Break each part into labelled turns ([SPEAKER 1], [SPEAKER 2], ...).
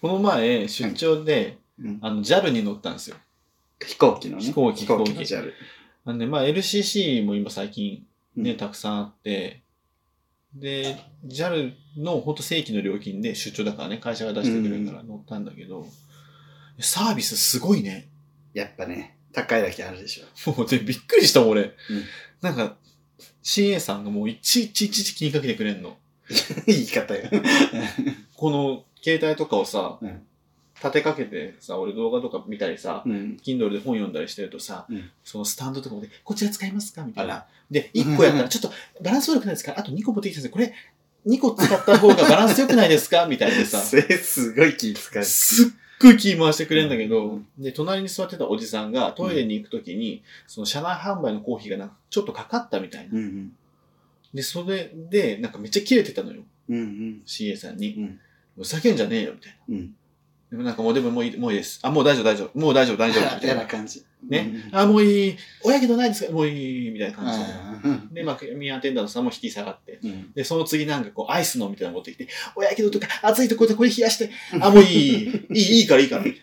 [SPEAKER 1] この前、出張で、
[SPEAKER 2] うん
[SPEAKER 1] あの、JAL に乗ったんですよ。
[SPEAKER 2] 飛行機のね。
[SPEAKER 1] 飛行機
[SPEAKER 2] 飛行機
[SPEAKER 1] 飛行
[SPEAKER 2] の
[SPEAKER 1] 機
[SPEAKER 2] JAL。
[SPEAKER 1] なんで、まあ、LCC も今最近ね、
[SPEAKER 2] うん
[SPEAKER 1] たくさんあって、で、JAL のほんと正規の料金で出張だからね、会社が出してくれるから乗ったんだけど、サービスすごいね。
[SPEAKER 2] やっぱね、高いだけあるでしょ。
[SPEAKER 1] もうで、びっくりしたもん俺。なんか、CA さんがもういちいちいちいち気にかけてくれんの。
[SPEAKER 2] 言い方よ。
[SPEAKER 1] この携帯とかをさ、
[SPEAKER 2] うん
[SPEAKER 1] 立てかけてさ、俺動画とか見たりさ、
[SPEAKER 2] うん。
[SPEAKER 1] Kindle で本読んだりしてるとさ、
[SPEAKER 2] うん
[SPEAKER 1] そのスタンドとかもで、こちら使いますかみた
[SPEAKER 2] あ
[SPEAKER 1] いな。
[SPEAKER 2] ら。
[SPEAKER 1] で、1個やったら、ちょっとバランス悪くないですかあと2個持ってきたんですけどこれ、2個使った方がバランス良くないですかみたいでさ、
[SPEAKER 2] それすごい気使う。
[SPEAKER 1] すっごい気回してくれるんだけど、
[SPEAKER 2] うん
[SPEAKER 1] で、隣に座ってたおじさんがトイレに行くときに、その車内販売のコーヒーがなんかちょっとかかったみたいな。
[SPEAKER 2] うん
[SPEAKER 1] で、それで、なんかめっちゃ切れてたのよ、
[SPEAKER 2] うん。うん
[SPEAKER 1] CA さん
[SPEAKER 2] う
[SPEAKER 1] に。
[SPEAKER 2] ん。
[SPEAKER 1] もう叫んじゃねえよ、みたいな。
[SPEAKER 2] うん。
[SPEAKER 1] でもなんかもう、でももういい、もういいです。あ、もう大丈夫、大丈夫。もう大丈夫、大丈夫。みた
[SPEAKER 2] 嫌
[SPEAKER 1] い
[SPEAKER 2] な
[SPEAKER 1] な。
[SPEAKER 2] 感じ。
[SPEAKER 1] ねあ、もういい。おやけどないですかもういい。みたいな
[SPEAKER 2] うん。
[SPEAKER 1] 感じで。
[SPEAKER 2] あー
[SPEAKER 1] で、まあ、ミアアテンダントさんも引き下がって。
[SPEAKER 2] うん。
[SPEAKER 1] で、その次なんかこう、アイスのみたいなの持ってきて、おやけどとか、熱いとこでこれ冷やして、あ、もういい。いい、いいから、いいから。で、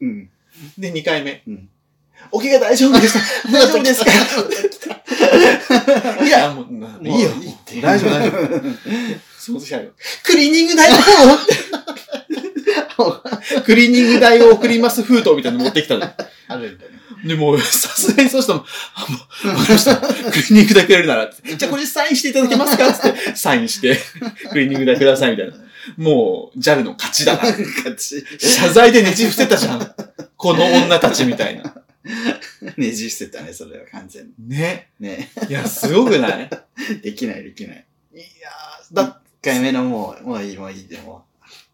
[SPEAKER 2] うん。
[SPEAKER 1] 2回目。
[SPEAKER 2] うん
[SPEAKER 1] おけが大丈夫ですか大丈夫です かいや、もう、な
[SPEAKER 2] もう
[SPEAKER 1] いいよ。
[SPEAKER 2] いいって
[SPEAKER 1] 大丈夫、大丈 夫。その時は、クリーニング代をクリーニング代を送ります封筒みたいなの持ってきたの。
[SPEAKER 2] あるんだね。
[SPEAKER 1] で、もう、さすがにそうしたら、あ、もう、わかりました。クリーニング代くれるならって。 じゃあこれサインしていただけますかつって、サイン して、クリーニング代ください、みたいな。もう、JAL の勝ちだ な。
[SPEAKER 2] 勝ち。
[SPEAKER 1] 謝罪でねじ伏せたじゃん。この女たちみたいな。
[SPEAKER 2] ねじ伏せたね、それは完全に。
[SPEAKER 1] ね。
[SPEAKER 2] ね。
[SPEAKER 1] いや、すごくない
[SPEAKER 2] できない、できない。
[SPEAKER 1] いやー、だ、
[SPEAKER 2] 一回目のもう、もういい、もういい、でも、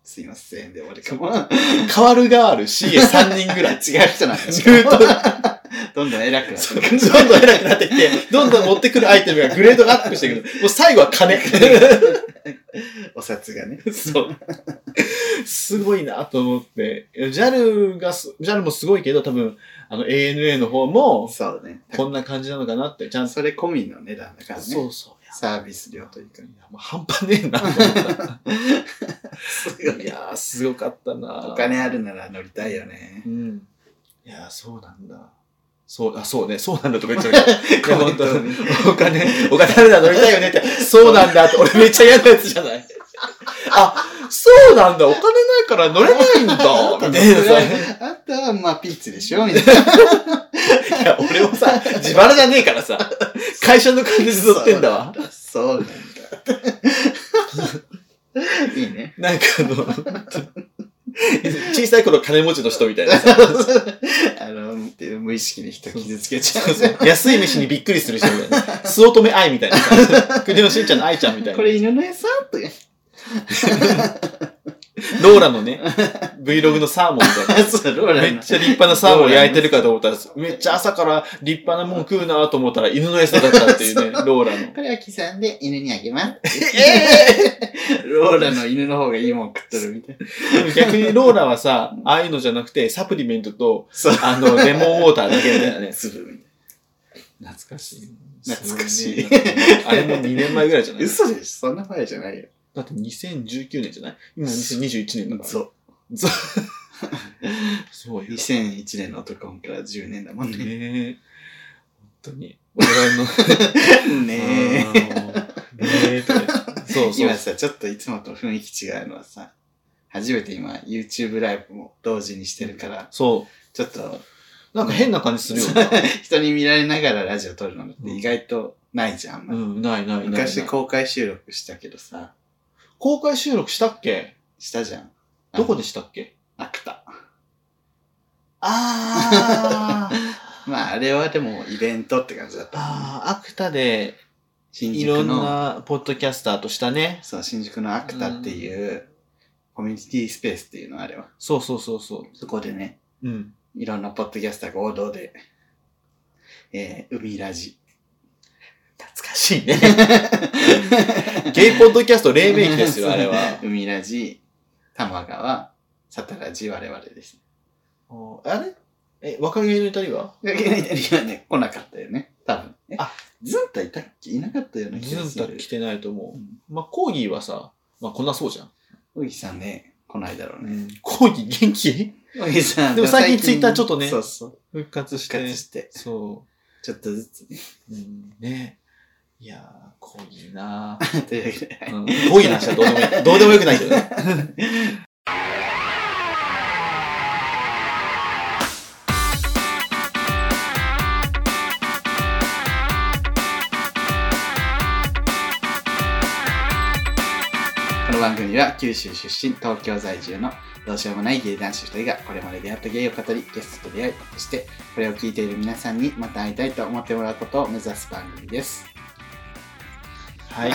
[SPEAKER 2] すいません、で終わりかも。
[SPEAKER 1] 変わるガール CA3 人ぐらい。
[SPEAKER 2] 違う人なんだ
[SPEAKER 1] ず ーっと、
[SPEAKER 2] どんどん偉くなって
[SPEAKER 1] そうどんどん偉くなってきて、どんどん持ってくるアイテムがグレードがアップしてくる。もう最後は金。
[SPEAKER 2] お札がね。
[SPEAKER 1] そう。すごいなと思って。JAL がす、JAL もすごいけど、多分、あの ANA の方も、
[SPEAKER 2] そうね。
[SPEAKER 1] こんな感じなのかな って、ちゃんと。
[SPEAKER 2] それ込みの値段だからね。
[SPEAKER 1] そうそう。いや
[SPEAKER 2] サービス料という
[SPEAKER 1] い
[SPEAKER 2] か。
[SPEAKER 1] やもう半端ねえなと思っ
[SPEAKER 2] すご
[SPEAKER 1] た。い
[SPEAKER 2] い。
[SPEAKER 1] やー、すごかったな
[SPEAKER 2] お金あるなら乗りたいよね
[SPEAKER 1] う。ん。いやー、そうなんだ。そう、あ、そうね、そうなんだとか言っちゃうけ ど。いや、本 当
[SPEAKER 2] に。
[SPEAKER 1] お金、お金あるなら乗りたいよねって、そうなんだって、俺めっちゃ嫌なやつじゃない。 あ、そうなんだ、お金ないから乗れないん だ、みたいなさ。
[SPEAKER 2] あとは、まあ、ピーツでしょみたいな。
[SPEAKER 1] いや、俺もさ、自腹じゃねえからさ、会社の金で取ってんだわ。
[SPEAKER 2] そう なんだ。いいね。
[SPEAKER 1] なんかあの、小さい頃金持ちの人みたいな さ、
[SPEAKER 2] あの、無意識に人傷つけちゃ。
[SPEAKER 1] そうそう安い飯にびっくりする人みたいな、酢乙女愛みたいなさ、国のしんちゃんの愛ちゃんみたいうな、
[SPEAKER 2] これ犬の餌とか。
[SPEAKER 1] ローラのね、Vlog のサーモンみたいな。
[SPEAKER 2] そう、ローラ
[SPEAKER 1] め
[SPEAKER 2] ー
[SPEAKER 1] っ
[SPEAKER 2] の
[SPEAKER 1] ちゃ立派なサーモン焼いてるかと思ったら、めっちゃ朝から立派なもん食うなと思ったら犬の餌だったっていうね、ローラの。
[SPEAKER 2] これは刻んで犬にあげます。
[SPEAKER 1] え
[SPEAKER 2] ローラの犬の方がいいもん食っとるみたいな。
[SPEAKER 1] ー、逆にローラはさ、ああいうのじゃなくて、サプリメントと、
[SPEAKER 2] そう。
[SPEAKER 1] あの、レモンウォーターだけみたいなね。
[SPEAKER 2] 粒みたい
[SPEAKER 1] 懐かしい。
[SPEAKER 2] 懐かしい
[SPEAKER 1] すごねあれも2年前ぐらいじゃな
[SPEAKER 2] な。
[SPEAKER 1] い
[SPEAKER 2] 嘘でしょそんな前じゃないよ。
[SPEAKER 1] だって2019年じゃない今2021年だから。う。
[SPEAKER 2] そう。
[SPEAKER 1] そうよ。
[SPEAKER 2] 2001年の男本から10年だもんね。
[SPEAKER 1] ねえ。本当に。我々 の。
[SPEAKER 2] ねえ。
[SPEAKER 1] え。ねえとか。そうそう
[SPEAKER 2] 今。さ、ちょっといつもと雰囲気違うのはさ、初めて今 YouTube ライブも同時にしてるから、
[SPEAKER 1] そ
[SPEAKER 2] ちょっと
[SPEAKER 1] う。なんか変な感じするよね。
[SPEAKER 2] 人に見られながらラジオ撮るのって意外とないじゃん、あん
[SPEAKER 1] う
[SPEAKER 2] まり
[SPEAKER 1] ん、ないないないない。
[SPEAKER 2] 昔公開収録したけどさ、
[SPEAKER 1] 公開収録したっけ
[SPEAKER 2] したじゃん。
[SPEAKER 1] どこでしたっけ
[SPEAKER 2] アクタ。
[SPEAKER 1] あ
[SPEAKER 2] まあ、あれはでもイベントって感じだった。
[SPEAKER 1] あー、アクタで
[SPEAKER 2] 新
[SPEAKER 1] い
[SPEAKER 2] 宿
[SPEAKER 1] ろん
[SPEAKER 2] の、
[SPEAKER 1] なポッドキャスターとしたね。
[SPEAKER 2] そう、新宿のアクタっていう、コミュニティスペースっていうのあれは。
[SPEAKER 1] そうそうそうそ
[SPEAKER 2] そこでね、
[SPEAKER 1] う。うん。
[SPEAKER 2] いろんなポッドキャスター合同で、えー、海ラ ジ。。
[SPEAKER 1] 懐かしいね。ゲイポッドキャスト黎明期ですよ、あれは
[SPEAKER 2] 海ラジ、玉川、サタラジ、我々です。
[SPEAKER 1] あれえ、若気の至りは
[SPEAKER 2] だけど、イタリアはね、来なかったよね。多分。え
[SPEAKER 1] あ、
[SPEAKER 2] ずんたいたっけいなかったような気
[SPEAKER 1] ず
[SPEAKER 2] が
[SPEAKER 1] ん
[SPEAKER 2] す
[SPEAKER 1] た
[SPEAKER 2] る。
[SPEAKER 1] 来てないと思
[SPEAKER 2] うん
[SPEAKER 1] う。まあ、コーギーはさ、まあ、こんなそうじゃん。
[SPEAKER 2] 小木さんね、来ないだろう
[SPEAKER 1] う
[SPEAKER 2] ね。
[SPEAKER 1] ん。コーギー元気
[SPEAKER 2] おじさん
[SPEAKER 1] でも最近ツイッターちょっとね
[SPEAKER 2] そうそう。
[SPEAKER 1] 復活し
[SPEAKER 2] 復
[SPEAKER 1] て
[SPEAKER 2] 活。して、
[SPEAKER 1] そ
[SPEAKER 2] ちょっとずつね。
[SPEAKER 1] う。うん、ね。いやー、コーギーな
[SPEAKER 2] というわけで。
[SPEAKER 1] ー。うん。コーギーな話はどうでもいい。どうでもよくないけどね。
[SPEAKER 2] この番組は九州出身、東京在住のどうしようもない芸男子2人がこれまで出会った芸を語り、ゲストと出会い、そしてこれを聞いている皆さんにまた会いたいと思ってもらうことを目指す番組です。
[SPEAKER 1] はい。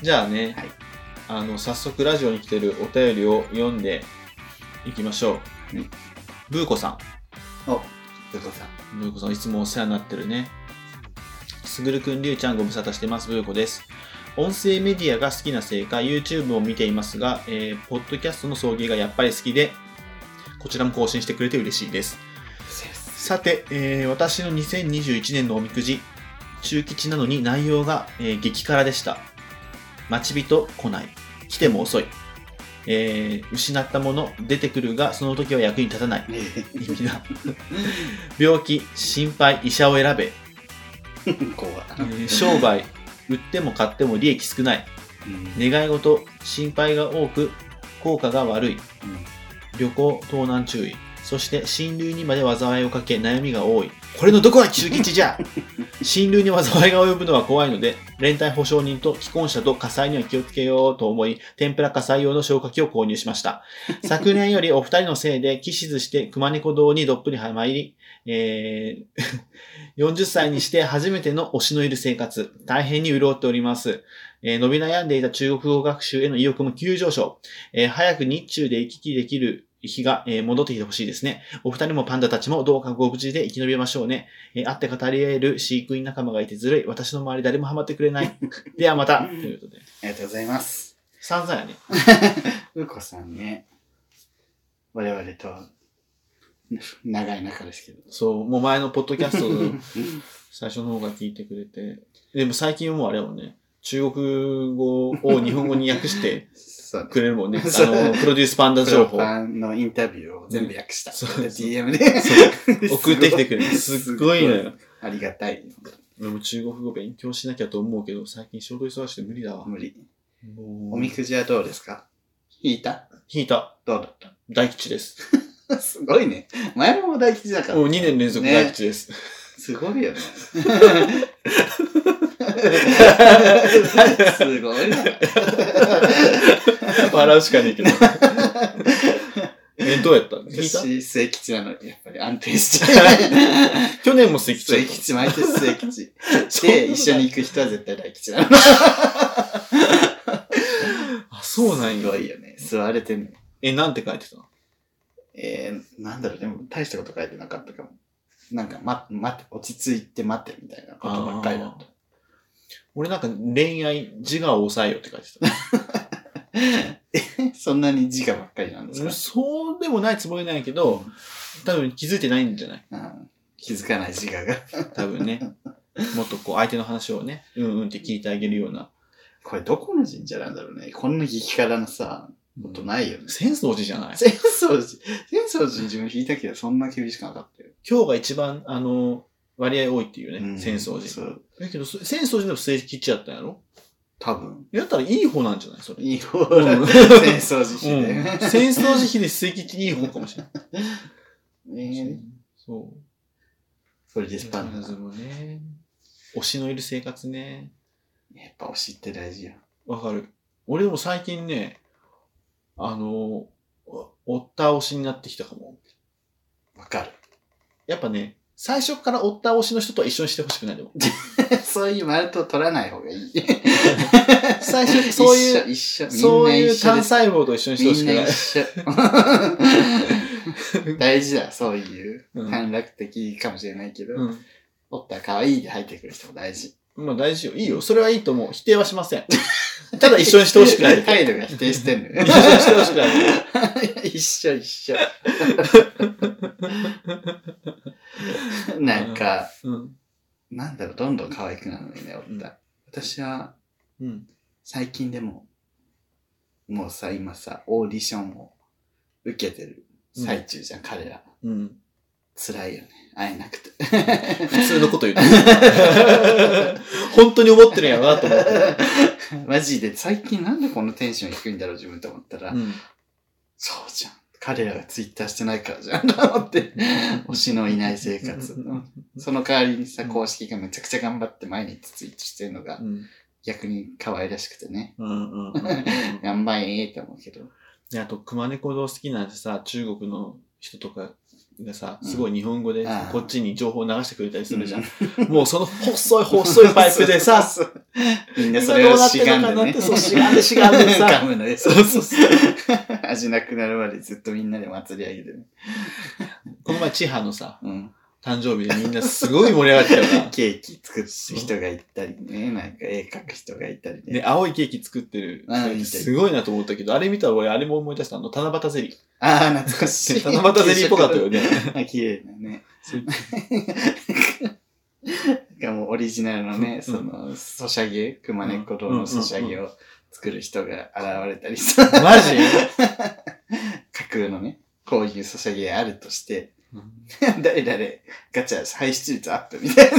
[SPEAKER 1] じゃあね、
[SPEAKER 2] はい
[SPEAKER 1] あの、早速ラジオに来てるお便りを読んでいきましょう。
[SPEAKER 2] はい
[SPEAKER 1] ブーコさん。
[SPEAKER 2] お、どこさん。
[SPEAKER 1] ブーコさん、いつもお世話になってるね。すぐるくん、りゅうちゃん、ご無沙汰してます。ブーコです。音声メディアが好きなせいか、YouTube を見ていますが、えーポッドキャストの送迎がやっぱり好きで、こちらも更新してくれて嬉しいです。さて、えー私の2021年のおみくじ、中吉なのに内容が、えー激辛でした。待ち人来ない。来ても遅い。えー失ったもの出てくるが、その時は役に立たない。意味だ 病気心配医者を選べ、
[SPEAKER 2] こう
[SPEAKER 1] え
[SPEAKER 2] は。
[SPEAKER 1] ー商売売っても買っても利益少ない
[SPEAKER 2] うん。
[SPEAKER 1] 願い事心配が多く効果が悪い旅行盗難注意そして親類にまで災いをかけ悩みが多いこれのどこが中吉じゃ親類に災いが及ぶのは怖いので連帯保証人と既婚者と火災には気をつけようと思い天ぷら火災用の消火器を購入しました昨年よりお二人のせいで気しずして熊猫堂にどっぷりはまり、えー 40歳にして初めての推しのいる生活大変に潤っております、えー伸び悩んでいた中国語学習への意欲も急上昇えー早く日中で行き来できる日が、えー戻ってきてほしいですね。お二人もパンダたちもどうかご無事で生き延びましょうね。えー会って語り合える飼育員仲間がいてずるい。私の周り誰もハマってくれない。 ではまた。ということで。
[SPEAKER 2] ありがとうございます。
[SPEAKER 1] 散々やね。
[SPEAKER 2] うこさんね、我々とは長い中ですけど。
[SPEAKER 1] そう、もう前のポッドキャスト の最初の方が聞いてくれて。でも最近はもうあれやもんね。中国語を日本語に訳して
[SPEAKER 2] そう
[SPEAKER 1] くれるもん ね。あ
[SPEAKER 2] そう
[SPEAKER 1] の、プロデュースパンダ
[SPEAKER 2] プロ
[SPEAKER 1] 情
[SPEAKER 2] フ
[SPEAKER 1] 報。
[SPEAKER 2] ァンのインタビューを全部訳した。
[SPEAKER 1] そうそう
[SPEAKER 2] DM で
[SPEAKER 1] そう送ってきてくれる。 すっごいのよ。
[SPEAKER 2] ありがたい。
[SPEAKER 1] でも中国語勉強しなきゃと思うけど、最近仕事忙しくて無理だわ。
[SPEAKER 2] 無理。
[SPEAKER 1] も
[SPEAKER 2] おみくじはどうですか引いた
[SPEAKER 1] 引いた
[SPEAKER 2] どうだっ
[SPEAKER 1] 大吉 です。
[SPEAKER 2] た すごいね。前も大吉だから。
[SPEAKER 1] もう2年連続大吉です。
[SPEAKER 2] すごいよね。すごいな。
[SPEAKER 1] 笑うしかねえ けど。え、どうやった引いた
[SPEAKER 2] 私、末吉なのに、やっぱり安定しちゃう。
[SPEAKER 1] 去年も関吉だ
[SPEAKER 2] 末
[SPEAKER 1] っ
[SPEAKER 2] 吉、毎年末吉。
[SPEAKER 1] た。
[SPEAKER 2] で、
[SPEAKER 1] そう
[SPEAKER 2] 一緒に行く人は絶対大吉なの。
[SPEAKER 1] あ、そうなん
[SPEAKER 2] す
[SPEAKER 1] や
[SPEAKER 2] ご。いよね。座れてんの。
[SPEAKER 1] え、なんて書いてたの
[SPEAKER 2] えー、なんだろう、でも大したこと書いてなかったかも。なんか、ま、待て、落ち着いて待てみたいなことばっかりだった。
[SPEAKER 1] 俺なんか恋愛、自我を抑えよって書いて
[SPEAKER 2] そんなに自我ばっかりなんですか
[SPEAKER 1] た。そうでもないつもりなんやけど、多分気づいてないんじゃない
[SPEAKER 2] うん気づかない自我が。
[SPEAKER 1] 多分 ね。もっとこう相手の話をね、うんうんって聞いてあげるような。
[SPEAKER 2] これどこの神社なんだろうね。こんな激辛なさ、ことないよね。
[SPEAKER 1] センスの字じゃない
[SPEAKER 2] 浅草寺、浅草寺自分引いたけどそんな厳しくなかったよ。
[SPEAKER 1] 今日が一番、あの、割合多いっていうね、浅草
[SPEAKER 2] そ
[SPEAKER 1] 寺。
[SPEAKER 2] う。
[SPEAKER 1] だけど、そ浅草寺でも正吉やったんやろ
[SPEAKER 2] 多分。
[SPEAKER 1] やったらいい方なんじゃないそれ。
[SPEAKER 2] いい方
[SPEAKER 1] うん
[SPEAKER 2] だ。浅草寺
[SPEAKER 1] う
[SPEAKER 2] 引
[SPEAKER 1] ん
[SPEAKER 2] いて。ね。
[SPEAKER 1] 浅草寺比で正吉いい方かもしれない。
[SPEAKER 2] え
[SPEAKER 1] そう。
[SPEAKER 2] それでスパンだな。
[SPEAKER 1] もね。推しのいる生活ね。
[SPEAKER 2] やっぱ推しって大事よ。
[SPEAKER 1] わかる。俺でも最近ね、あの、お追った推しになってきたかも。
[SPEAKER 2] わか
[SPEAKER 1] やっぱね、最初から追った推しの人とは一緒にしてほしくないで も。
[SPEAKER 2] る。 そういう丸と取らない方がいい。
[SPEAKER 1] 最初、そういう、
[SPEAKER 2] 一緒、一緒。みん
[SPEAKER 1] そう
[SPEAKER 2] な
[SPEAKER 1] いう
[SPEAKER 2] 一緒
[SPEAKER 1] 単
[SPEAKER 2] です。
[SPEAKER 1] 細胞と一緒にしてほ
[SPEAKER 2] み
[SPEAKER 1] し
[SPEAKER 2] ん
[SPEAKER 1] く
[SPEAKER 2] な
[SPEAKER 1] ない
[SPEAKER 2] 一。緒。 大事だ、そういう。
[SPEAKER 1] うん
[SPEAKER 2] 短絡的かもしれないけど、
[SPEAKER 1] うん
[SPEAKER 2] おったら可愛いで入ってくる人も大事。
[SPEAKER 1] まあ大事よ。いいよ。それはいいと思う。否定はしませ ん。ただ一緒にしてほしくない。
[SPEAKER 2] 態度が否定してんの よ
[SPEAKER 1] 一緒にしてほしくない。
[SPEAKER 2] 一緒 一緒。なんか、
[SPEAKER 1] うん。
[SPEAKER 2] なんだろう、どんどん可愛くなるのよね、おった。
[SPEAKER 1] うん
[SPEAKER 2] 私は、
[SPEAKER 1] うん。
[SPEAKER 2] 最近でも、うもうさ、今さ、オーディションを受けてる最中じゃん、彼ら。
[SPEAKER 1] うん。
[SPEAKER 2] 辛いよね。会えなくて。
[SPEAKER 1] 普 通のこと言ってる。本当に思ってるんやろなと思って。
[SPEAKER 2] マジで、最近なんでこのテンション低いんだろう、自分と思ったら。
[SPEAKER 1] うん。
[SPEAKER 2] そうじゃん。彼らがツイッターしてないからじゃん。と思って。推しのいない生活。その代わりにさ、公式がめちゃくちゃ頑張って毎日ツイートしてるのが
[SPEAKER 1] う、ん。
[SPEAKER 2] 逆に可愛らしくてね。
[SPEAKER 1] うんうんうんうん。
[SPEAKER 2] 頑張れーって思うけど。
[SPEAKER 1] であと、熊猫堂好きなんてさ、中国の人とかがさ、
[SPEAKER 2] うん
[SPEAKER 1] すごい日本語で
[SPEAKER 2] ああ
[SPEAKER 1] こっちに情報を流してくれたりするじゃん
[SPEAKER 2] う。
[SPEAKER 1] もうその細い細いパイプで さ、
[SPEAKER 2] そうそうみんなそれをしがんで
[SPEAKER 1] 今どうなってんのかなって
[SPEAKER 2] ね。
[SPEAKER 1] そうしがんでしがんでさ
[SPEAKER 2] 噛むの ね。
[SPEAKER 1] そうそうそう
[SPEAKER 2] 味なくなるまでずっとみんなで祭り上げてる。
[SPEAKER 1] この前、千葉のさ、
[SPEAKER 2] うん。。
[SPEAKER 1] 誕生日でみんなすごい盛り上がってたよな
[SPEAKER 2] ケーキ作る人がいたりね。なんか絵描く人がいたりね。
[SPEAKER 1] ね、青いケーキ作ってる
[SPEAKER 2] ああ見て。る
[SPEAKER 1] すごいなと思ったけど、あれ見たら俺、あれも思い出した。あの、七夕ゼリ
[SPEAKER 2] ああ、懐かしい。
[SPEAKER 1] ー。七夕ゼリーっぽかった よね。
[SPEAKER 2] あ。綺麗なね
[SPEAKER 1] そう。
[SPEAKER 2] なんかもうオリジナルのね、その、ソシャゲ、熊猫堂のソシャゲを作る人が現れたりさ。
[SPEAKER 1] マ ジ
[SPEAKER 2] 架空のね、こういうソシャゲあるとして、
[SPEAKER 1] うん
[SPEAKER 2] 誰々、ガチャ、排出率アップみたい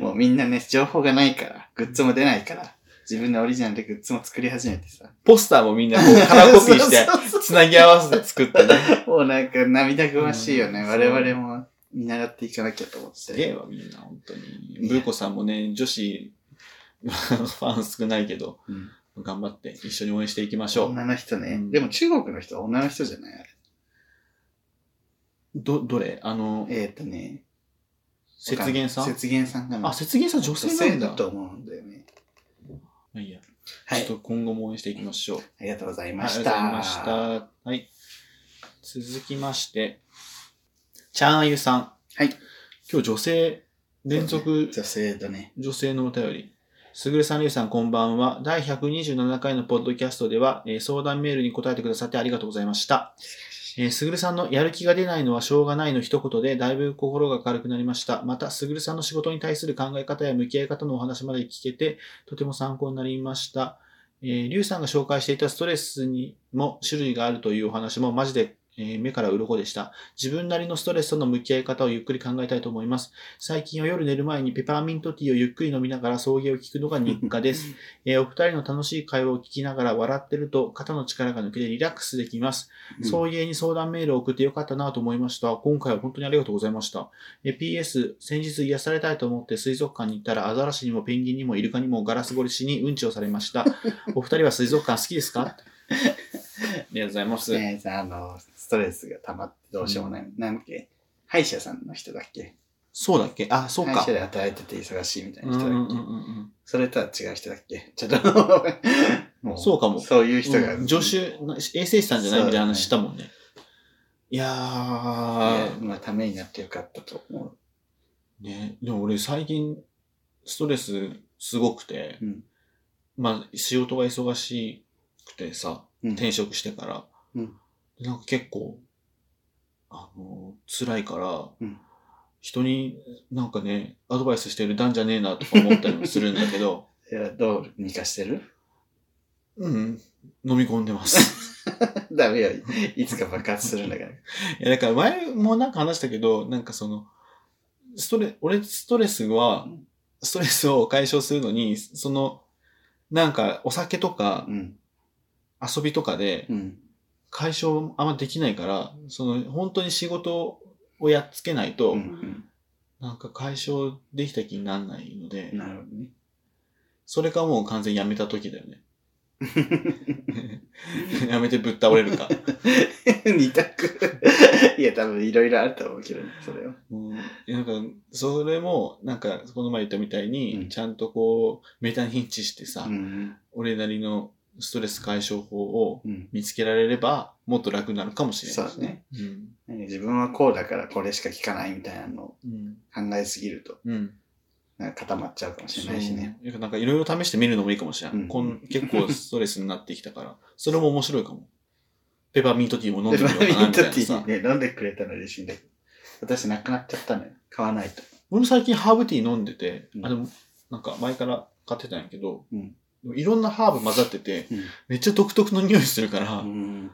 [SPEAKER 2] な。もうみんなね、情報がないから、グッズも出ないから、自分のオリジナルでグッズも作り始めてさ。
[SPEAKER 1] ポスターもみんなこ う、カラーコピーして、
[SPEAKER 2] そうそう
[SPEAKER 1] つなぎ合わせて作ったね。
[SPEAKER 2] そうもうなんか涙ぐましいよね。
[SPEAKER 1] うん
[SPEAKER 2] 我々も見習っていかなきゃと思っ
[SPEAKER 1] す
[SPEAKER 2] て。
[SPEAKER 1] げえわ、みんな、本当に。ブーコさんもね、女子、 ファン少ないけど、
[SPEAKER 2] うん
[SPEAKER 1] 頑張って一緒に応援していきましょう。
[SPEAKER 2] 女の人ね、
[SPEAKER 1] うん
[SPEAKER 2] でも中国の人は女の人じゃないあれ
[SPEAKER 1] ど、どれあの、
[SPEAKER 2] えっ、ー、とね。
[SPEAKER 1] 雪原さん
[SPEAKER 2] 雪原さんが
[SPEAKER 1] あ、雪原さん女性なんだ。
[SPEAKER 2] と思うんだよね。
[SPEAKER 1] まあいいや。
[SPEAKER 2] はい
[SPEAKER 1] ちょっと今後も応援していきましょう。
[SPEAKER 2] ありがとうござい
[SPEAKER 1] あ
[SPEAKER 2] ま
[SPEAKER 1] りがと
[SPEAKER 2] し
[SPEAKER 1] う
[SPEAKER 2] た。
[SPEAKER 1] ございました。はい。続きまして、ちゃんあゆさん。
[SPEAKER 2] はい。
[SPEAKER 1] 今日女性、連続
[SPEAKER 2] 女性だね。
[SPEAKER 1] 女性のお便り。すぐるさん、りゅうさん、こんばんは。第127回のポッドキャストでは、えー相談メールに答えてくださってありがとうございました。えーすぐるさんのやる気が出ないのはしょうがないの一言で、だいぶ心が軽くなりました。また、すぐるさんの仕事に対する考え方や向き合い方のお話まで聞けて、とても参考になりました。えー、りゅうさんが紹介していたストレスにも種類があるというお話も、マジで、えー目から鱗でした。自分なりのストレスとの向き合い方をゆっくり考えたいと思います。最近は夜寝る前にペパーミントティーをゆっくり飲みながら送迎を聞くのが日課です。えーお二人の楽しい会話を聞きながら笑ってると肩の力が抜けてリラックスできます。送
[SPEAKER 2] う
[SPEAKER 1] 迎に相談メールを送ってよかったなと思いました。今回は本当にありがとうございました。えー PS、先日癒されたいと思って水族館に行ったらアザラシにもペンギンにもイルカにもガラス越しにうんちをされま した。お二人は水族館好きですかありがとうございます。
[SPEAKER 2] ん。ねあの、ストレスが溜まってどうしようもない。なんだっけ歯医者さんの人だっけ
[SPEAKER 1] そうだっけあ、そう
[SPEAKER 2] 歯医
[SPEAKER 1] か
[SPEAKER 2] 者。で働いてて忙しいみたい
[SPEAKER 1] うん
[SPEAKER 2] な
[SPEAKER 1] うんう
[SPEAKER 2] 人だ
[SPEAKER 1] ん
[SPEAKER 2] っけ、
[SPEAKER 1] うん
[SPEAKER 2] それとは違う人だっけちょっとも
[SPEAKER 1] そうかも
[SPEAKER 2] そういう人が。
[SPEAKER 1] うん助手、な衛生士さんじゃないみたいな話したもんね。いや
[SPEAKER 2] いや
[SPEAKER 1] ー、
[SPEAKER 2] まあ、ためになってよかったと思う。
[SPEAKER 1] ね、でも俺最近、ストレスすごくて、
[SPEAKER 2] うん
[SPEAKER 1] まあ仕事が忙しくてさ、
[SPEAKER 2] うん
[SPEAKER 1] 転職してから、
[SPEAKER 2] うん
[SPEAKER 1] なんか結構、あの、辛いから、
[SPEAKER 2] うん
[SPEAKER 1] 人になんかね、アドバイスしてる段じゃねえなとか思ったりもするんだけ ど、
[SPEAKER 2] いやどうにかしてる
[SPEAKER 1] うん、飲み込んでます。
[SPEAKER 2] ダメよ。いつか爆発するんだから。
[SPEAKER 1] いや、だから前もなんか話したけど、なんかその、ストレ、俺ストレスは
[SPEAKER 2] うん、
[SPEAKER 1] ストレスを解消するのに、その、なんかお酒とか
[SPEAKER 2] うん。
[SPEAKER 1] 遊びとかで
[SPEAKER 2] うん。
[SPEAKER 1] 解消あんまできないから、その本当に仕事をやっつけないと、
[SPEAKER 2] うん
[SPEAKER 1] なんか解消できた気にならないので、
[SPEAKER 2] なるほどね。
[SPEAKER 1] それかもう完全にやめた時だよね。 やめてぶっ倒れるか。
[SPEAKER 2] 二択。いや、多分いろいろあると思うけどね、それは。
[SPEAKER 1] うん、なんか、それも、なんか、この前言ったみたいに、
[SPEAKER 2] うん
[SPEAKER 1] ちゃんとこう、メタ認知してさ、
[SPEAKER 2] うん。
[SPEAKER 1] 俺なりのストレス解消法を
[SPEAKER 2] うん。
[SPEAKER 1] 見つけられれば、もっと楽になるかもしれ
[SPEAKER 2] そ
[SPEAKER 1] な
[SPEAKER 2] う
[SPEAKER 1] い
[SPEAKER 2] だね。
[SPEAKER 1] うん。
[SPEAKER 2] なんか自分はこうだからこれしか聞かないみたいなのを
[SPEAKER 1] うん。
[SPEAKER 2] 考えすぎると
[SPEAKER 1] うん。
[SPEAKER 2] なんか固まっちゃうかもしれないしね。
[SPEAKER 1] そう。なんかいろいろ試してみるのもいいかもしれない、
[SPEAKER 2] うん
[SPEAKER 1] こん。結構ストレスになってきたから、 それも面白いかも。ペパーミントティーも飲ん
[SPEAKER 2] で
[SPEAKER 1] でみ
[SPEAKER 2] バ
[SPEAKER 1] ようか
[SPEAKER 2] ーミ
[SPEAKER 1] な
[SPEAKER 2] ン
[SPEAKER 1] み
[SPEAKER 2] ト
[SPEAKER 1] たい
[SPEAKER 2] テ
[SPEAKER 1] な
[SPEAKER 2] ィ
[SPEAKER 1] さ
[SPEAKER 2] ー。ね、飲んでくれたの嬉しいんだけど。私なくなっちゃったのよ。買わないと。
[SPEAKER 1] 俺も最近ハーブティー飲んでて、
[SPEAKER 2] うん
[SPEAKER 1] あ、でも、なんか前から買ってたんやけど、
[SPEAKER 2] うん
[SPEAKER 1] でもいろんなハーブ混ざってて、
[SPEAKER 2] うん
[SPEAKER 1] めっちゃ独特の匂いするから、
[SPEAKER 2] うん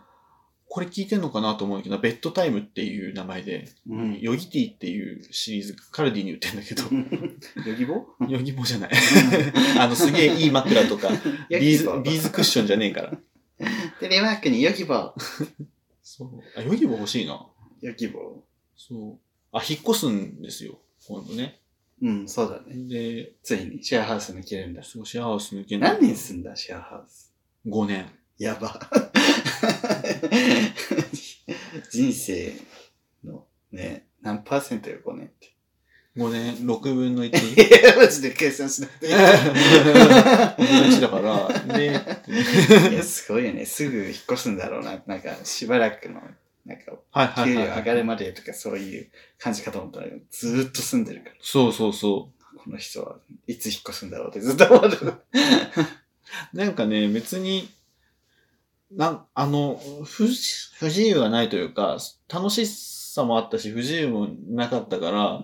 [SPEAKER 1] これ聞いてんのかなと思うけど、ベッドタイムっていう名前で、
[SPEAKER 2] うん
[SPEAKER 1] ヨギティっていうシリーズ、カルディに売ってんだけど、
[SPEAKER 2] ヨギボ
[SPEAKER 1] ヨギボじゃない。 あの、すげえいい枕 とか、ビーズ、ビーズクッションじゃねえから。
[SPEAKER 2] テレマークにヨギボ
[SPEAKER 1] そう。あ、ヨギボ欲しいな。
[SPEAKER 2] ヨギボ
[SPEAKER 1] そう。あ、引っ越すんですよ。今度ね。
[SPEAKER 2] うん、そうだね。
[SPEAKER 1] で、
[SPEAKER 2] ついにシェアハウス抜けるんだ。
[SPEAKER 1] そう、シェアハウス抜けない。
[SPEAKER 2] 何年住んだ、シェアハウス。
[SPEAKER 1] ?5 年。
[SPEAKER 2] や ば。人生のね、何パーセントよ、5年って。
[SPEAKER 1] 5年、6分 の1。
[SPEAKER 2] いやマジで計算しなくていい。
[SPEAKER 1] 1だから、ね。
[SPEAKER 2] いや、すごいよね。すぐ引っ越すんだろうな。なんか、しばらくの、なんか、
[SPEAKER 1] はいはい
[SPEAKER 2] 給料
[SPEAKER 1] はい、は
[SPEAKER 2] 上
[SPEAKER 1] い。
[SPEAKER 2] がるまでとかそういう感じかと思ったら、ずーっと住んでるか
[SPEAKER 1] そうそうそ
[SPEAKER 2] ら、この人はいつ引っ越すんだろうってずっと思ってた。
[SPEAKER 1] う。なんかね、別に、なん、あの、不自不自由がないというか、楽しさもあったし、不自由もなかったから、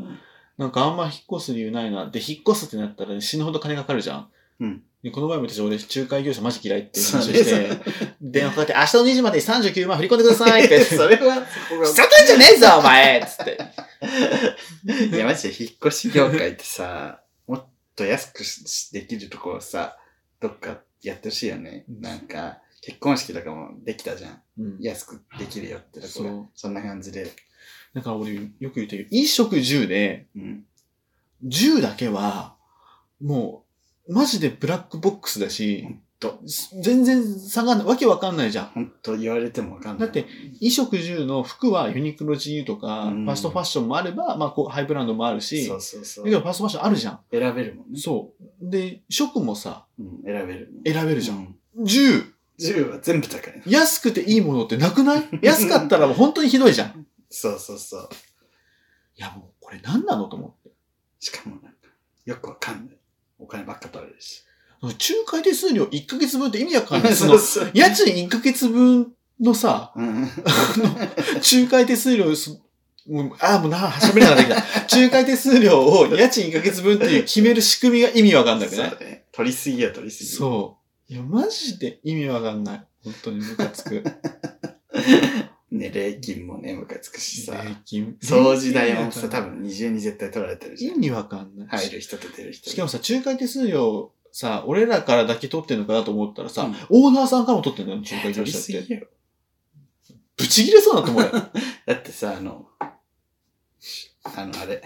[SPEAKER 1] なんかあんま引っ越す理由ないな。で、引っ越すってなったら、ね、死ぬほど金かかるじゃん。
[SPEAKER 2] うん
[SPEAKER 1] で。この前も私、俺、仲介業者マジ嫌いっていう
[SPEAKER 2] そ
[SPEAKER 1] 話
[SPEAKER 2] れ
[SPEAKER 1] して、電話かかって、明日の2時までに39万振り込んでくださいって。
[SPEAKER 2] それは、そこが
[SPEAKER 1] ふ ざけんじゃねえぞ、お前つって。
[SPEAKER 2] いや、マジで引っ越し業界ってさ、もっと安くししできるところさ、どっかやってほしいよね。
[SPEAKER 1] うん
[SPEAKER 2] なんか、結婚式とかもできたじゃん。
[SPEAKER 1] うん。
[SPEAKER 2] 安くできるよってとこ
[SPEAKER 1] そ
[SPEAKER 2] ろ
[SPEAKER 1] う。
[SPEAKER 2] そんな感じで。
[SPEAKER 1] だから俺、よく言ってるけど、衣食10で、
[SPEAKER 2] うん。
[SPEAKER 1] 10だけは、もう、マジでブラックボックスだし
[SPEAKER 2] ほんと、
[SPEAKER 1] 全然差がない、わけわかんないじゃん。
[SPEAKER 2] ほんと言われてもわかん
[SPEAKER 1] だ
[SPEAKER 2] ない。
[SPEAKER 1] って、衣食住の服はユニクロ GU とか、
[SPEAKER 2] うん
[SPEAKER 1] ファストファッションもあれば、まあこうハイブランドもあるし、
[SPEAKER 2] そうそうそ
[SPEAKER 1] だ
[SPEAKER 2] う。
[SPEAKER 1] けど
[SPEAKER 2] 選
[SPEAKER 1] ファストファッションあるじゃん。
[SPEAKER 2] べるもんね。
[SPEAKER 1] そう。で、食もさ、
[SPEAKER 2] うん、選べるね。
[SPEAKER 1] 選べるじゃん。
[SPEAKER 2] ん。
[SPEAKER 1] 10!
[SPEAKER 2] 10は全部高い。
[SPEAKER 1] 安くていいものってなくない 安かったらもう本当にひどいじゃん。い
[SPEAKER 2] そうそうそう。
[SPEAKER 1] やもう、これ何なのと思って。
[SPEAKER 2] しかもなんか、よくわかんない。お金ばっか取られるし。
[SPEAKER 1] 仲介手数料1ヶ月分って意味わかんない。そ
[SPEAKER 2] そ
[SPEAKER 1] の
[SPEAKER 2] う、そう。
[SPEAKER 1] 家賃1ヶ月分のさ、
[SPEAKER 2] うん。
[SPEAKER 1] 仲介手数料す、もうああ、もうな、はしゃべれなかった。仲介手数料を家賃1ヶ月分っていう決める仕組みが意味わかんなくない
[SPEAKER 2] そうね取りすぎや取りすぎ。
[SPEAKER 1] そう。いや、マジで意味わかんない。本当にムカつく。
[SPEAKER 2] ね、礼金もね、ムカつくし さ。
[SPEAKER 1] 税金。
[SPEAKER 2] 掃除代もさ、多分二重に絶対取られてるじ
[SPEAKER 1] 意
[SPEAKER 2] ゃん。
[SPEAKER 1] 味わかんない。
[SPEAKER 2] 入る人と出る人。
[SPEAKER 1] しかもさ、仲介手数料、さ、俺らからだけ取ってんのかなと思ったらさ、
[SPEAKER 2] うん
[SPEAKER 1] オーナーさんからも取ってんのよ、仲介業
[SPEAKER 2] 取り
[SPEAKER 1] 者
[SPEAKER 2] す
[SPEAKER 1] っ
[SPEAKER 2] ぎ
[SPEAKER 1] て。
[SPEAKER 2] よ。
[SPEAKER 1] ブチ切れそうだと思うよ。
[SPEAKER 2] だってさ、あの、あの、あれ、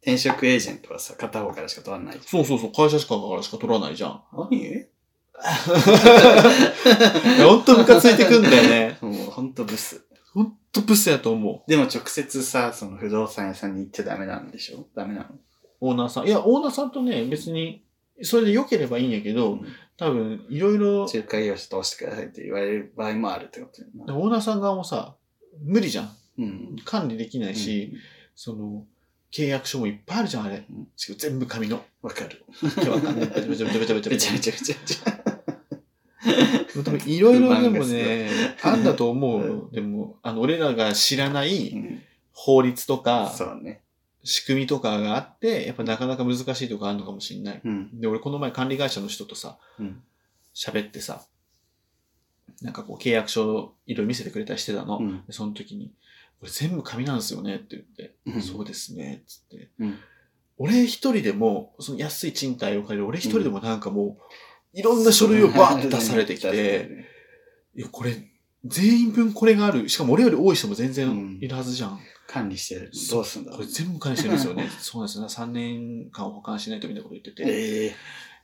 [SPEAKER 2] 転職エージェントはさ、片方からしか取らないじ
[SPEAKER 1] そうそうそう、会社しかからしか取らないじゃん。
[SPEAKER 2] ゃん。何
[SPEAKER 1] いやほんとムカついてくんだよね。
[SPEAKER 2] もうほんとブス。
[SPEAKER 1] ほんとブスやと思う。
[SPEAKER 2] でも直接さ、その不動産屋さんに行っちゃダメなんでしょダメなの
[SPEAKER 1] オーナーさん。いや、オーナーさんとね、別に、それで良ければいいんやけど、
[SPEAKER 2] うん
[SPEAKER 1] 多分、いろいろ、
[SPEAKER 2] 仲介業者通してくださいって言われる場合もあるってことよな。
[SPEAKER 1] オーナーさん側もさ、無理じゃん。
[SPEAKER 2] うん。
[SPEAKER 1] 管理できないし、その、契約書もいっぱいあるじゃん、あれ
[SPEAKER 2] うん。
[SPEAKER 1] しかも全部紙の。
[SPEAKER 2] うん、わかる。
[SPEAKER 1] わけわかんない。べちゃべちゃべちゃべちゃ
[SPEAKER 2] め
[SPEAKER 1] べ
[SPEAKER 2] ち
[SPEAKER 1] ち
[SPEAKER 2] ゃ
[SPEAKER 1] ゃ
[SPEAKER 2] めちゃめちゃめちゃ。
[SPEAKER 1] べちゃ。いろいろでもね、
[SPEAKER 2] 不満がすごい
[SPEAKER 1] あんだと思う。でも、あの、俺らが知らな
[SPEAKER 2] う
[SPEAKER 1] い
[SPEAKER 2] ん
[SPEAKER 1] 法律とか、
[SPEAKER 2] そうね。
[SPEAKER 1] 仕組みとかがあって、やっぱなかなか難しいとこあるのかもしれない。
[SPEAKER 2] うん。
[SPEAKER 1] で、俺この前管理会社の人とさ、
[SPEAKER 2] うん。
[SPEAKER 1] 喋ってさ、なんかこう契約書をいろいろ見せてくれたりしてたの。
[SPEAKER 2] うん。
[SPEAKER 1] でその時に、これ全部紙なんですよねって言って、
[SPEAKER 2] うん
[SPEAKER 1] そうですね、つって。
[SPEAKER 2] うん
[SPEAKER 1] 俺一人でも、その安い賃貸を借りる俺一人でもなんかもう、いろんな書類をバーって出されて き
[SPEAKER 2] 出され
[SPEAKER 1] て、
[SPEAKER 2] る
[SPEAKER 1] いや、これ、全員分これがある。しかも俺より多い人も全
[SPEAKER 2] うん
[SPEAKER 1] 然いるはずじゃん。
[SPEAKER 2] 管理してる。
[SPEAKER 1] そう
[SPEAKER 2] どうすんだろ
[SPEAKER 1] こ
[SPEAKER 2] う
[SPEAKER 1] れ。全部返してるんですよ ね。そうなんですよ、ね。3年間保管しないとみたいなこと言ってて。
[SPEAKER 2] え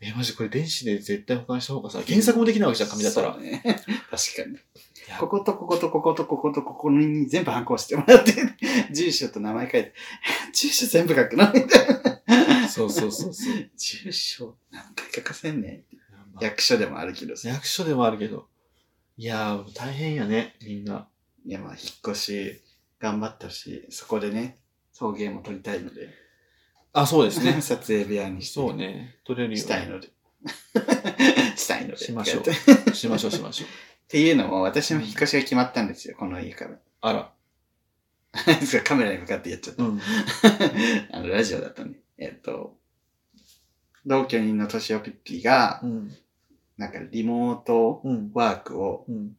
[SPEAKER 2] え。
[SPEAKER 1] え、マジこれ電子で絶対保管した方がさ、原作もできないわけじゃん、紙だったら。
[SPEAKER 2] そうね確かに
[SPEAKER 1] いや。
[SPEAKER 2] こことこことこことこことここに全部反抗してもらって、住所と名前書いて、 住所全部書くのみたいな。
[SPEAKER 1] そうそうそうそう。
[SPEAKER 2] 住所何回書かせんねん。役所でもあるけどさ。い
[SPEAKER 1] 役所でもあるけど。いやー、大変やね、みんな。
[SPEAKER 2] や、まあ、引っ越し、頑張ったし、そこでね、送迎も撮りたいので、
[SPEAKER 1] あ、そうですね。
[SPEAKER 2] 撮影部屋にして、
[SPEAKER 1] そうね。取れるよ
[SPEAKER 2] したいうの で。したいので。
[SPEAKER 1] しましょう
[SPEAKER 2] っ
[SPEAKER 1] に。しましょう、しましょう。
[SPEAKER 2] ていうのも、私も引っ越しが決まったんですよ、この家から。
[SPEAKER 1] あら。
[SPEAKER 2] そうカメラに向かってやっちゃった。
[SPEAKER 1] うん。
[SPEAKER 2] あの、ラジオだとね、えっと、同居人のトシオピッピが
[SPEAKER 1] う、ん。
[SPEAKER 2] なんかリモート
[SPEAKER 1] うん。
[SPEAKER 2] ワークを
[SPEAKER 1] うん。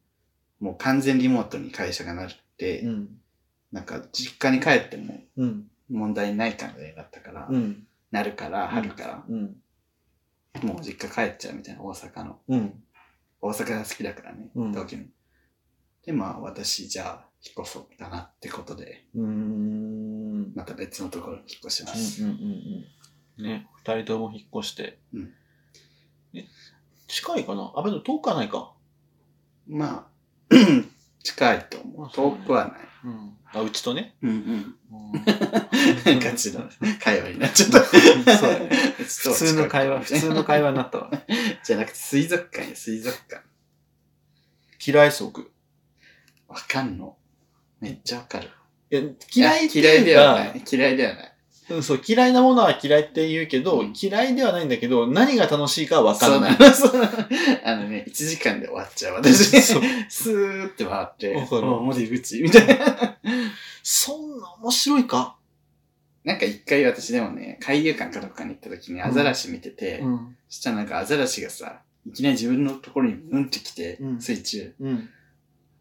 [SPEAKER 2] もう完全リモートに会社がなって、
[SPEAKER 1] うん。
[SPEAKER 2] なんか実家に帰っても
[SPEAKER 1] うん。
[SPEAKER 2] 問題ない感じになったから、
[SPEAKER 1] うん。
[SPEAKER 2] なるから、春から、
[SPEAKER 1] うん。
[SPEAKER 2] もう実家帰っちゃうみたいな、大阪の。
[SPEAKER 1] うん。
[SPEAKER 2] 大阪が好きだからね、
[SPEAKER 1] うん
[SPEAKER 2] 東京に。で、まあ私、じゃあ、引っ越そうかなってことで、
[SPEAKER 1] うん。うん。
[SPEAKER 2] また別のところに引っ越しま
[SPEAKER 1] うん
[SPEAKER 2] す。
[SPEAKER 1] うんうんうん。ね、二人とも引っ越して。
[SPEAKER 2] うん
[SPEAKER 1] え近いかなあ、別に遠くはないか。
[SPEAKER 2] まあ、 近いと思
[SPEAKER 1] まあ
[SPEAKER 2] う。
[SPEAKER 1] そう
[SPEAKER 2] 遠
[SPEAKER 1] ね
[SPEAKER 2] くはない。
[SPEAKER 1] うん。あ、うちとね。
[SPEAKER 2] うんうん。
[SPEAKER 1] うん
[SPEAKER 2] ガチの会話になっちゃった。
[SPEAKER 1] そうだ ね。
[SPEAKER 2] 普
[SPEAKER 1] 普通の会話、普通の会話にな ったわ。
[SPEAKER 2] じゃなくて、水族館や、水族館。
[SPEAKER 1] 嫌い即。
[SPEAKER 2] わかんの。めっちゃわかる。
[SPEAKER 1] え嫌いって
[SPEAKER 2] いや嫌い
[SPEAKER 1] いう
[SPEAKER 2] ではな
[SPEAKER 1] か
[SPEAKER 2] い。嫌いではない。
[SPEAKER 1] うんそう、嫌いなものは嫌いって言うけど、
[SPEAKER 2] うん
[SPEAKER 1] 嫌いではないんだけど、何が楽しいかは分か
[SPEAKER 2] そうん
[SPEAKER 1] な。
[SPEAKER 2] ないの、そうなの。あのね、1時間で終わっちゃう、私。
[SPEAKER 1] そう
[SPEAKER 2] スーって回って、
[SPEAKER 1] わかる
[SPEAKER 2] もう出口みたいな。
[SPEAKER 1] そんな面白いか
[SPEAKER 2] なんか一回私でもね、海遊館かどっかに行った時にアザラシ見てて、
[SPEAKER 1] ん。
[SPEAKER 2] そしたらなんかアザラシがさ、いきなり自分のところにうんってきて、
[SPEAKER 1] うん
[SPEAKER 2] 水中。
[SPEAKER 1] うん。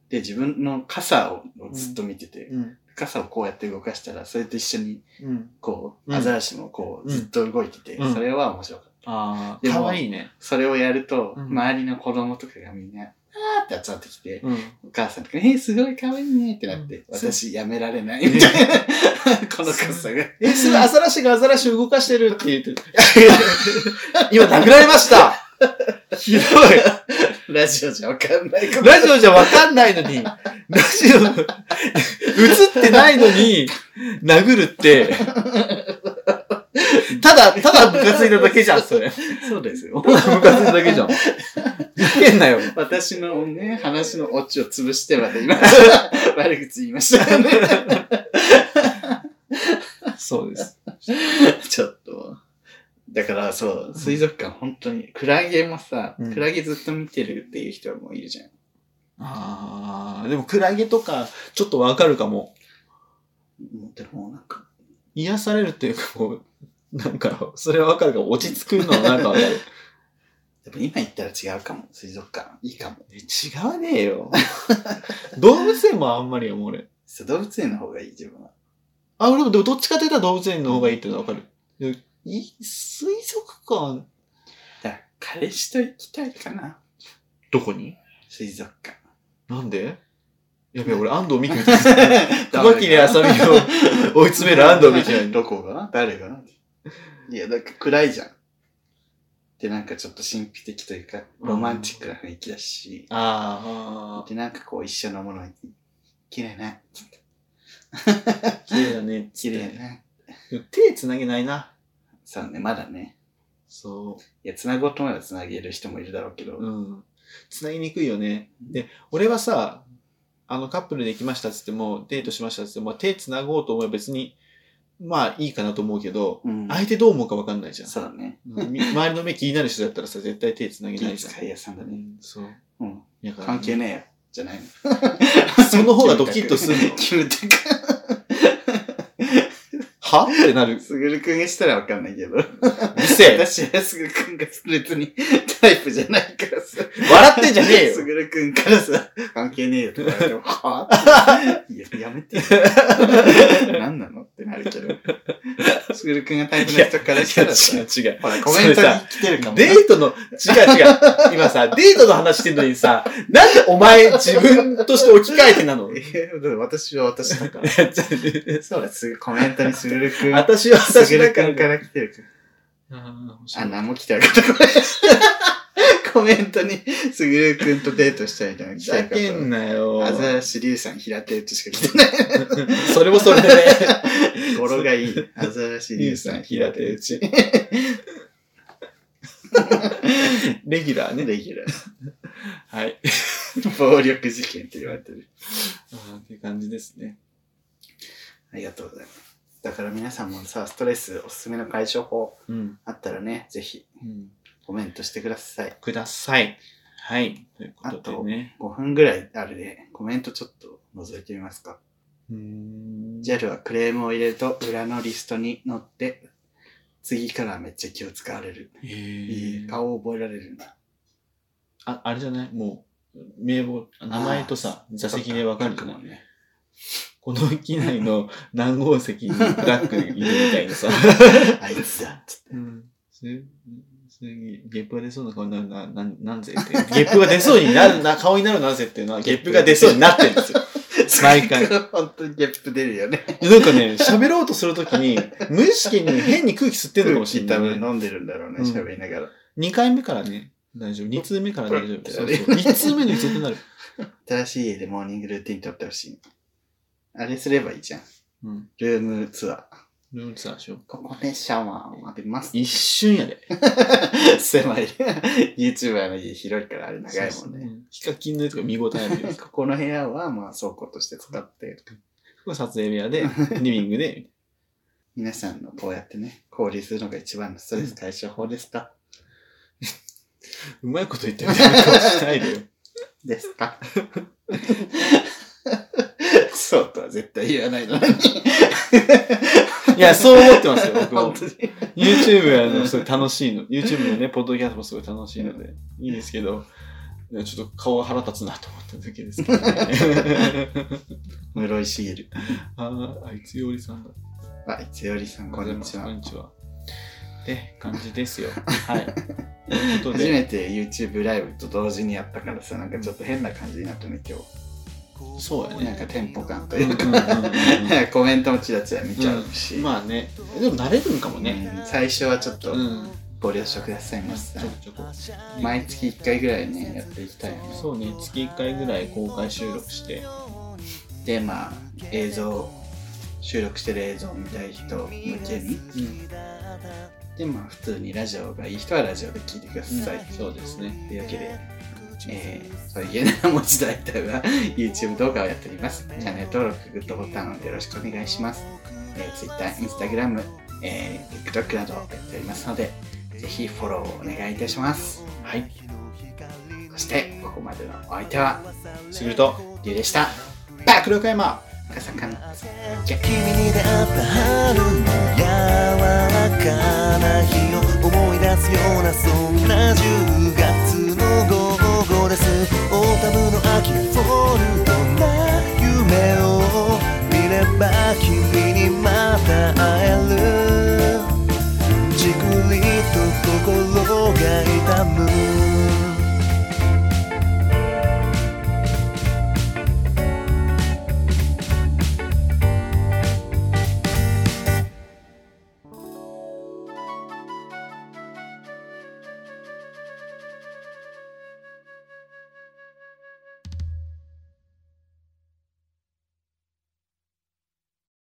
[SPEAKER 2] で、自分の傘をずっと見てて、
[SPEAKER 1] うん。
[SPEAKER 2] 傘をこうやって動かしたら、それと一緒に、
[SPEAKER 1] うん。
[SPEAKER 2] こう、
[SPEAKER 1] うん
[SPEAKER 2] アザラシもこう、
[SPEAKER 1] うん
[SPEAKER 2] ずっと動いてて、
[SPEAKER 1] うん
[SPEAKER 2] それは面白かった。
[SPEAKER 1] ああ、
[SPEAKER 2] でも
[SPEAKER 1] かわいいね。
[SPEAKER 2] それをやると、
[SPEAKER 1] うん
[SPEAKER 2] 周りの子供とかがみんな、あーって集まってきて、
[SPEAKER 1] うん。
[SPEAKER 2] お母さんとか、えー、すごい可愛いねってなって、
[SPEAKER 1] うん
[SPEAKER 2] 私やめられ ないみたいな。この傘が。
[SPEAKER 1] え、すごい、アザラシがアザラシを動かしてるって言ってる。 今、殴られましたひどい
[SPEAKER 2] ラジオじゃわかんないこと。
[SPEAKER 1] ラジオじゃわかんないのに、ラジオ、映ってないのに、殴るって、ただ、ただムカついただけじゃん、それ。
[SPEAKER 2] そうですよ
[SPEAKER 1] た。だムカついただけじゃん。ふけんなよ。
[SPEAKER 2] 私のね、話のオチを潰してま で今、悪口言いましたね。
[SPEAKER 1] そうです。
[SPEAKER 2] ちょっと。だからそう、水族館本当に、クラゲもさ、
[SPEAKER 1] うん
[SPEAKER 2] クラゲずっと見てるっていう人もいるじゃん。
[SPEAKER 1] ああ、でもクラゲとか、ちょっとわかるかも。
[SPEAKER 2] もうでもなんか、
[SPEAKER 1] 癒されるっていうか、こう、なんか、それはわかるかも。落ち着くのはなんかわかる。
[SPEAKER 2] やっぱ今行ったら違うかも、水族館。いいかも。
[SPEAKER 1] え違わねえよ。動物園もあんまりよ、もう俺。
[SPEAKER 2] そう動物園の方がいい、自分は。
[SPEAKER 1] あ、俺もでもどっちかというと動物園の方がいいっていうのはわかる。でい水族館、
[SPEAKER 2] だから彼氏と行きたいかな、
[SPEAKER 1] どこに
[SPEAKER 2] 水族館。
[SPEAKER 1] なんでやべえ、俺安藤美希みたい な。小牧で浅見を追い詰める安藤美希なんだ
[SPEAKER 2] どこが誰がいや、なんか暗いじゃん。で、なんかちょっと神秘的というか、ロマンチックな雰囲気だし、
[SPEAKER 1] ああ、
[SPEAKER 2] で、なんかこう一緒のものに、綺麗な、
[SPEAKER 1] 綺麗だね。
[SPEAKER 2] 綺麗。な。
[SPEAKER 1] でも手つなげないな。
[SPEAKER 2] そうね、まだね。
[SPEAKER 1] そ
[SPEAKER 2] いや、繋ごうと思えば繋げる人もいるだろうけど、
[SPEAKER 1] う。うん。つなぎにくいよね。で、俺はさ、あのカップルで行きましたっつっても、デートしましたっつっても、手つなごうと思えば別に、まあいいかなと思うけど、
[SPEAKER 2] うん
[SPEAKER 1] 相手どう思うかわかんないじゃん。
[SPEAKER 2] そうね。
[SPEAKER 1] うんみ周りの目気になる人だったらさ、絶対手つなげ
[SPEAKER 2] 気
[SPEAKER 1] ないじゃん。
[SPEAKER 2] 遣い屋さんだ
[SPEAKER 1] う
[SPEAKER 2] ね。
[SPEAKER 1] んそう。
[SPEAKER 2] うん。
[SPEAKER 1] だから
[SPEAKER 2] 関係ねえよ。じゃない の。
[SPEAKER 1] その方がドキッとするの
[SPEAKER 2] キムタク。
[SPEAKER 1] はってなる。
[SPEAKER 2] すぐるくんがしたらわかんないけど。
[SPEAKER 1] うるせ え。
[SPEAKER 2] 私はすぐるくんが別に タイプじゃないからさ。
[SPEAKER 1] 笑ってんじゃねえ
[SPEAKER 2] す
[SPEAKER 1] よ。
[SPEAKER 2] ぐるくんからさ、関係ねえよとか言われ ても、はぁいや、やめてよ。何なのってなるけど。すぐるくんがタイプの人からしたら
[SPEAKER 1] い
[SPEAKER 2] さ
[SPEAKER 1] や、違う違う。
[SPEAKER 2] ほら、コメントに来てるかもな。
[SPEAKER 1] デートの、違う違う。 今さ、デートの話してんのにさ、なんでお前自分として置き換えてなの
[SPEAKER 2] えだって私は私だから。そうだ、すぐコメントにすぐるく ん。
[SPEAKER 1] 私は
[SPEAKER 2] す
[SPEAKER 1] 私
[SPEAKER 2] ぐ
[SPEAKER 1] だ
[SPEAKER 2] る
[SPEAKER 1] か
[SPEAKER 2] く
[SPEAKER 1] ら
[SPEAKER 2] んか。ら来てるか
[SPEAKER 1] あ
[SPEAKER 2] ら。あ、何も来てなかった。ごめんコメントに、すぐるくんとデートしたいみたいなの
[SPEAKER 1] ふ
[SPEAKER 2] 来て
[SPEAKER 1] ざ
[SPEAKER 2] るか
[SPEAKER 1] けんなよ
[SPEAKER 2] ら。。アザラシリュウさん平手打ちしか来てない。
[SPEAKER 1] それもそれでね。
[SPEAKER 2] 語呂がいい。アザラシリュウさん平手 打ち。
[SPEAKER 1] レギュラーね。
[SPEAKER 2] レギュラー。
[SPEAKER 1] はい。
[SPEAKER 2] 暴力事件って言われてる。
[SPEAKER 1] あーっていう感じですね。
[SPEAKER 2] ありがとうございます。だから皆さんもさ、ストレスおすすめの解消法
[SPEAKER 1] うん。
[SPEAKER 2] あったらね、ぜひ
[SPEAKER 1] うん
[SPEAKER 2] コメントしてください。
[SPEAKER 1] ください。はい。ということでね。
[SPEAKER 2] 5分ぐらいあるで、コメントちょっと覗いてみますか。
[SPEAKER 1] うーん
[SPEAKER 2] JAL はクレームを入れると裏のリストに載って、次からはめっちゃ気を使われる。
[SPEAKER 1] え
[SPEAKER 2] いい
[SPEAKER 1] ー、
[SPEAKER 2] 顔を覚えられるな。
[SPEAKER 1] あ、あれじゃないもう、名簿、名前とさ、座席でわかるじゃな
[SPEAKER 2] か
[SPEAKER 1] い
[SPEAKER 2] もね。
[SPEAKER 1] この機内の何号席にブラックいるみたいなさ。
[SPEAKER 2] あいつだ。つって
[SPEAKER 1] うん。す、すゲップが出そうな顔になるな、なん、なんぜって。ゲップが出そうになるな、顔になるなぜっていうのは、ゲップが出そうになってるんですよ。毎 回。
[SPEAKER 2] 本当にゲップ出るよね。
[SPEAKER 1] なんかね、喋ろうとするときに、無意識に変に空気吸ってるのかもしれない、
[SPEAKER 2] 多分飲んでるんだろうね、
[SPEAKER 1] うん
[SPEAKER 2] 喋りながら。
[SPEAKER 1] 2回目からね、大丈夫。2通目から大丈夫。
[SPEAKER 2] そ
[SPEAKER 1] そうう
[SPEAKER 2] ね
[SPEAKER 1] そう。2通目にずっとなる。
[SPEAKER 2] 新しい家でモーニングルーティン撮ってほしい。あれすればいいじゃん。
[SPEAKER 1] うん。
[SPEAKER 2] ルームツアー。
[SPEAKER 1] ルームツアーでしょ。
[SPEAKER 2] ここでシャワーを浴びます。
[SPEAKER 1] 一瞬やで。
[SPEAKER 2] 狭い。YouTuber の家広いからあれ長い
[SPEAKER 1] そ
[SPEAKER 2] も
[SPEAKER 1] うんそう
[SPEAKER 2] ね。。
[SPEAKER 1] ヒカキンのやつが見応えあるよ。
[SPEAKER 2] ここの部屋はまあ倉庫として使って、
[SPEAKER 1] これ撮影部屋で、リビングで。
[SPEAKER 2] 皆さんのこうやってね、交流するのが一番のストレス解消法ですか
[SPEAKER 1] うまいこと言ってみたい な顔しないでよ。
[SPEAKER 2] です かそうとは絶対言わないのに。
[SPEAKER 1] いや、そう思ってますよ、僕も
[SPEAKER 2] 本。当に。
[SPEAKER 1] YouTube はあのすごい楽しいの。YouTube のね、ポッドキャストもすごい楽しいので、いいですけど、ちょっと顔が腹立つなと思っただけですけど ね。
[SPEAKER 2] 室井茂。
[SPEAKER 1] ああ、あいつよりさんだ。
[SPEAKER 2] あ、いつよりさん、こんにち
[SPEAKER 1] こん
[SPEAKER 2] は。
[SPEAKER 1] にちは。って感じです よ。はい。ということ
[SPEAKER 2] 初
[SPEAKER 1] で、
[SPEAKER 2] めて YouTube ライブと同時にやったからさ、なんかちょっと変な感じになったね、今
[SPEAKER 1] そうや
[SPEAKER 2] 日。なん
[SPEAKER 1] ね。
[SPEAKER 2] かテンポ感と
[SPEAKER 1] うん
[SPEAKER 2] いううんか、
[SPEAKER 1] う
[SPEAKER 2] コメントもちらちら見ちゃうし、
[SPEAKER 1] んうんまあね、でも慣れるんかもね。
[SPEAKER 2] うん最初はちょっと
[SPEAKER 1] うん。
[SPEAKER 2] ご了承ください
[SPEAKER 1] ま
[SPEAKER 2] ま
[SPEAKER 1] あ
[SPEAKER 2] し
[SPEAKER 1] ち
[SPEAKER 2] た
[SPEAKER 1] ょ。こちょこ。
[SPEAKER 2] 毎月1回ぐらいね、やっていきたいよね。
[SPEAKER 1] そうね、月1回ぐらい公開収録して、
[SPEAKER 2] で、まあ、映像、収録してる映像を見たい人向けに、
[SPEAKER 1] うん、
[SPEAKER 2] で、まあ、普通にラジオがいい人はラジオで聞いてください。
[SPEAKER 1] そうですね。
[SPEAKER 2] というわけで、えー、そういう家長持ち大体は YouTube 動画をやっております。チャンネル登録、グッドボタンをよろしくお願いします。えー、Twitter、Instagram、えー TikTok などをやっておりますので、ぜひフォローをお願いいたします。
[SPEAKER 1] はい。
[SPEAKER 2] そして、ここまでのお相手は、
[SPEAKER 1] すぐると、
[SPEAKER 2] りゅうでした。
[SPEAKER 1] バックル岡山
[SPEAKER 2] かさかな。
[SPEAKER 3] 君に出会った春の柔らかな日を思い出すようなそんな10